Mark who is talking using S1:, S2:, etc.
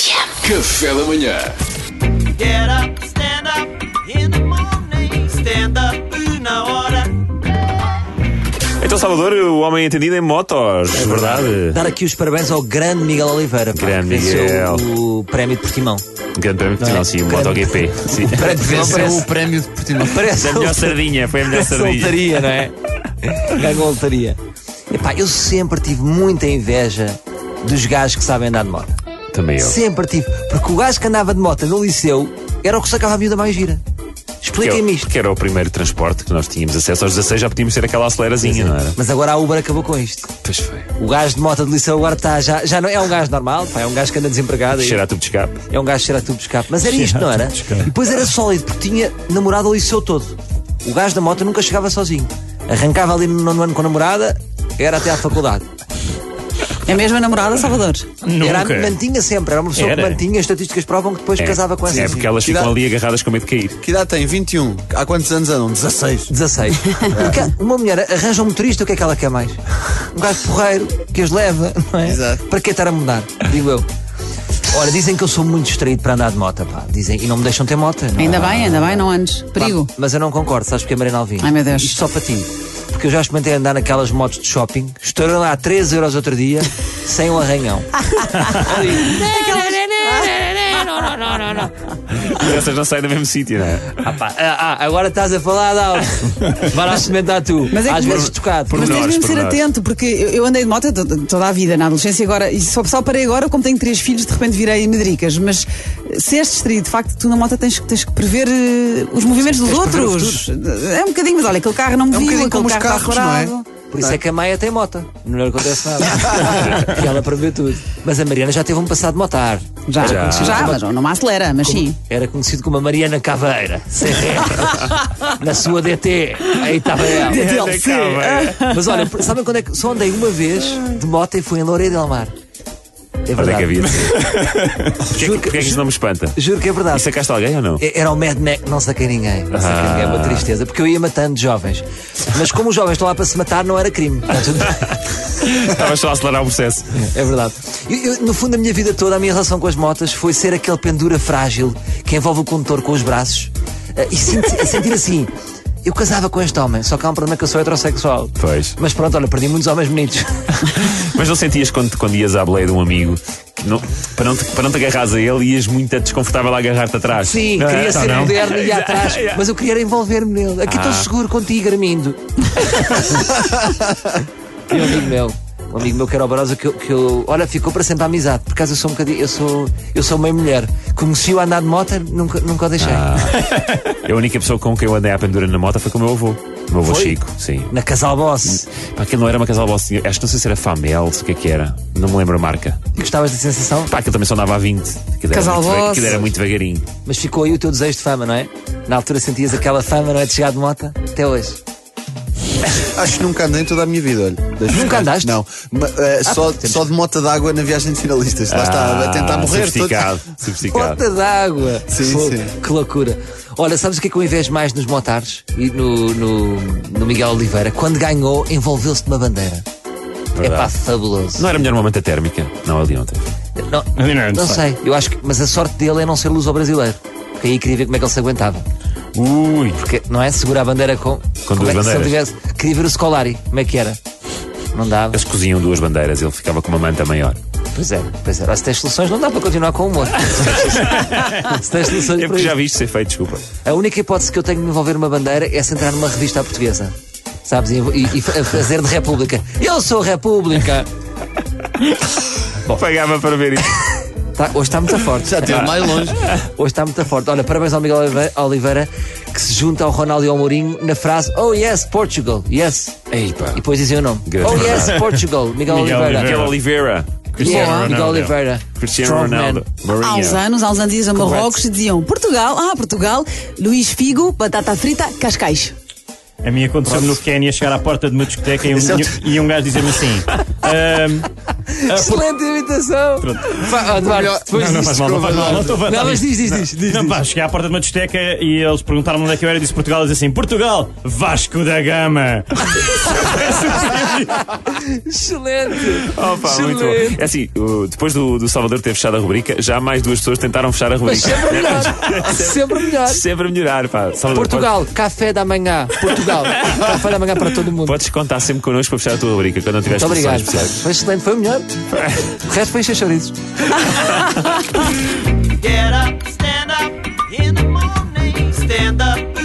S1: Café da manhã.
S2: Get up, stand up in the morning. Stand up na hora.
S3: Então, Salvador, o homem entendido em motos,
S4: É
S3: verdade?
S4: Dar aqui os parabéns ao grande Miguel Oliveira, pá,
S3: Grande
S4: que venceu
S3: Miguel.
S4: o prémio de Portimão.
S3: Um Grande prémio de Portugal, sim, o MotoGP. Sim. É
S4: Venceu
S5: o prémio de Portimão.
S4: Parece
S3: A melhor sardinha, foi a melhor sardinha.
S4: soltaria, não é? Ganhou a lotaria. Epá, eu sempre tive muita inveja dos gajos que sabem andar de moto.
S3: Também eu.
S4: Sempre tive. Porque o gajo que andava de moto no liceu era o que sacava a miúda mais gira.
S3: Que,
S4: Expliquem-me isto.
S3: que era o primeiro transporte que nós tínhamos acesso aos 16, já podíamos ter aquela acelerazinha, não era?
S4: Mas agora a Uber acabou com isto.
S3: Pois foi.
S4: O gajo de moto de liceu agora está já, já não é um gajo normal, pá, é um gajo que anda desempregado. e-
S3: Cheira a tubo de escape.
S4: É um gajo cheiro a tubo de escape. Mas era isto, não era? E depois era sólido, porque tinha namorado ali seu todo. O gajo da moto nunca chegava sozinho. Arrancava ali no nono ano com a namorada, era até à faculdade.
S6: É mesmo a namorada, Salvador?
S4: Era, mantinha sempre, era uma pessoa
S3: Era.
S4: que mantinha, as estatísticas provam que depois
S3: É,
S4: casava com essa.
S3: é porque elas
S5: Que
S3: ficam
S5: idade?
S3: ali agarradas com medo de cair.
S5: Que idade tem? 21. Há quantos anos andam?
S3: é
S5: 16.
S4: 16. Porque uma mulher arranja um motorista, o que é que ela quer mais? Um gajo porreiro que as leva, não é?
S5: Exato.
S4: Para que estar a mudar? Digo eu. Ora, dizem que eu sou muito distraído para andar de moto, pá. Dizem, e não me deixam ter moto. não é?
S6: Ainda bem, ainda bem, não andes. Perigo.
S4: Pá, Mas eu não concordo, sabes porque é Mariana Alvim?
S6: Ai, meu Deus.
S4: Isto só para ti. Porque eu já experimentei andar naquelas motos de shopping, estourei lá 13 euros outro dia, sem um arranhão.
S6: Ah.
S3: Mas Essas não saem do mesmo sítio, não é?
S4: Ah, pá, ah, ah, agora estás a falar de algo. Vai lá experimentar tu.
S6: Mas é que
S4: Às
S6: por-
S4: vezes tocado.
S6: Mas tens
S3: Pormenores,
S6: mesmo de ser
S3: pormenores.
S6: atento, porque eu, eu andei de moto to- toda a vida, na adolescência, e agora, e só, só parei agora, como tenho três filhos, de repente virei medricas. Mas eh, se és distraído, de facto, tu na moto tens, que- tens que prever eh, os movimentos dos outros. É um bocadinho, mas olha, aquele carro não me
S5: É um
S6: viu,
S5: bocadinho
S6: aquele
S5: como os
S6: carro está
S5: carros, não é?
S6: parado.
S4: Por isso é que a Maia tem moto. Não lhe acontece nada. Porque ela prevê tudo. Mas a Mariana já teve um passado de motar.
S6: Já,
S3: Já.
S6: já, mas não me acelera, mas sim.
S4: Era conhecido como a Mariana Caveira, sem regras, na sua DT. Aí estava ela.
S6: DLC.
S3: Acaba, é.
S4: Mas olha, sabem quando é que. Só andei uma vez de moto e fui em Loureiro del Mar. É
S3: Onde é que
S4: verdade.
S3: havia? de ser?
S4: juro,
S3: Porquê é que
S4: que,
S3: isso não me espanta?
S4: juro que é
S3: E
S4: verdade.
S3: sacaste alguém ou não?
S4: É- Era o Mad Max, não saquei ninguém. Não saquei
S3: Ah.
S4: ninguém, é uma tristeza, porque eu ia matando jovens. Mas como os jovens estão lá para se matar, não era crime. Está tudo bem.
S3: Estavas só a acelerar o processo.
S4: É verdade. Eu- eu, no fundo, a minha vida toda, a minha relação com as motas foi ser aquele pendura frágil que envolve o condutor com os braços eh, e senti- a sentir assim. Eu casava com este homem, só que há um problema que eu sou heterossexual.
S3: Pois.
S4: Mas pronto, olha, perdi muitos homens bonitos.
S3: Mas não sentias quando, quando ias à boleia de um amigo que não- para, não te, para não te agarrares a ele, ias muito desconfortável a agarrar-te atrás?
S4: Sim,
S3: Não é?
S4: queria
S3: Então
S4: ser
S3: não. É. Ah.
S4: moderno e ir atrás, mas eu queria era envolver-me nele. Aqui estou seguro contigo, Armindo. e um amigo meu, um amigo meu que era o Barosa, que, eu- que eu, olha, ficou para sempre a amizade. Por acaso eu sou um bocadinho, eu sou, eu sou meio mulher. Conheci-o a andar de moto, nunca, nunca o deixei.
S3: Ah. A única pessoa com quem eu andei à pendura na moto foi com o meu avô. O meu avô
S4: Foi?
S3: Chico, sim.
S4: Na Casal Boss.
S3: Pá, aquilo não era uma casal boss, tinha- acho que não sei se era Famel, se o que é que era. Não me lembro a marca.
S4: E Gostavas da sensação?
S3: Pá, aquilo também só andava a 20. Aquilo era
S6: Casal
S3: muito
S6: Boss.
S3: ve- Aquilo era muito devagarinho.
S4: Mas ficou aí o teu desejo de fama, não é? Na altura sentias aquela fama, não é? De chegar de moto? Até hoje.
S5: Acho que nunca andei em toda a minha vida, olha. Deixa
S4: Nunca
S5: ficar.
S4: andaste? Ah,
S5: Não. Ma- eh, só, só de mota d'água na viagem de finalistas. Lá está, a tentar
S3: Ah,
S5: morrer. todo-
S3: Sofisticado, sofisticado.
S4: Bota d'água!
S5: Sim,
S4: Pô,
S5: sim.
S4: Que loucura. Olha, sabes o que é que eu invejo mais nos motards e no, no, no Miguel Oliveira? Quando ganhou, envolveu-se de uma bandeira. É pá,
S3: Verdade.
S4: fabuloso.
S3: Não era melhor uma manta térmica, não ali ontem.
S4: Não,
S3: é
S4: não, sei, eu acho que, mas a sorte dele é não ser luso brasileiro. Porque aí queria ver como é que ele se aguentava.
S3: Ui!
S4: Porque, não é? Segurar a bandeira com. como
S3: duas
S4: é que se ele
S3: bandeiras.
S4: tivesse- Queria ver o Scolari, como é que era? Não dava.
S3: Eles coziam duas bandeiras, ele ficava com uma manta maior.
S4: Pois é, pois é. Se tens soluções, não dá para continuar com o humor. Se tens soluções
S3: É
S4: para
S3: porque já
S4: isto.
S3: vi isto ser feito, desculpa.
S4: A única hipótese que eu tenho de me envolver numa bandeira é se entrar numa revista à portuguesa. Sabes? E, e- e fa- fazer de República. Eu sou República!
S3: Pagava para ver isso.
S4: Tá, hoje está muito forte.
S5: Já teve mais longe.
S4: Hoje está muito forte. Olha, parabéns ao Miguel Olive- Oliveira que se junta ao Ronaldo e ao Mourinho na frase Oh yes, Portugal, yes.
S3: Ei, pá.
S4: E depois dizem o nome.
S3: Grande
S4: oh yes,
S3: frase.
S4: Portugal, Miguel,
S7: Miguel
S4: Oliveira.
S3: Miguel Oliveira.
S4: Yeah, Miguel Oliveira.
S3: Cristiano
S4: Strongman.
S3: Ronaldo.
S6: Há uns
S3: Mourinho.
S6: anos, há uns anos ias a Marrocos e diziam Portugal, ah, Portugal, Luís Figo, batata frita, Cascais.
S7: A
S1: é
S7: mim aconteceu-me no Quénia chegar à porta de uma discoteca e um, e um gajo dizer-me assim: "Ahm,
S4: Excelente imitação! Fa- oh, Eduardo,
S5: Melhor-
S4: depois
S1: Não, não
S4: disso,
S1: faz mal, não faz mal. Não, estou a
S4: Não, mas diz, diz, diz. diz,
S1: Não,
S4: diz.
S1: pá, cheguei à porta de uma discoteca e eles perguntaram onde é que eu era e disse Portugal. Eles dizem assim: Portugal, Vasco da Gama.
S4: Excelente!
S3: Opa, muito bom.
S4: Excelente.
S3: É assim, o- depois do, do Salvador ter fechado a rubrica, já mais duas pessoas tentaram fechar a
S4: Mas
S3: rubrica.
S4: sempre melhor! Sempre melhor!
S3: Sempre a melhorar, pá. Salvador,
S4: Portugal, café da manhã. Portugal, café da manhã para todo mundo.
S3: Podes, podes contar sempre connosco para fechar a tua rubrica quando não tiveres
S4: Muito obrigado.
S3: soluções especiais.
S4: Foi excelente, foi o melhor. O resto foi encher chorizos.
S2: Get up, stand up in the morning, stand up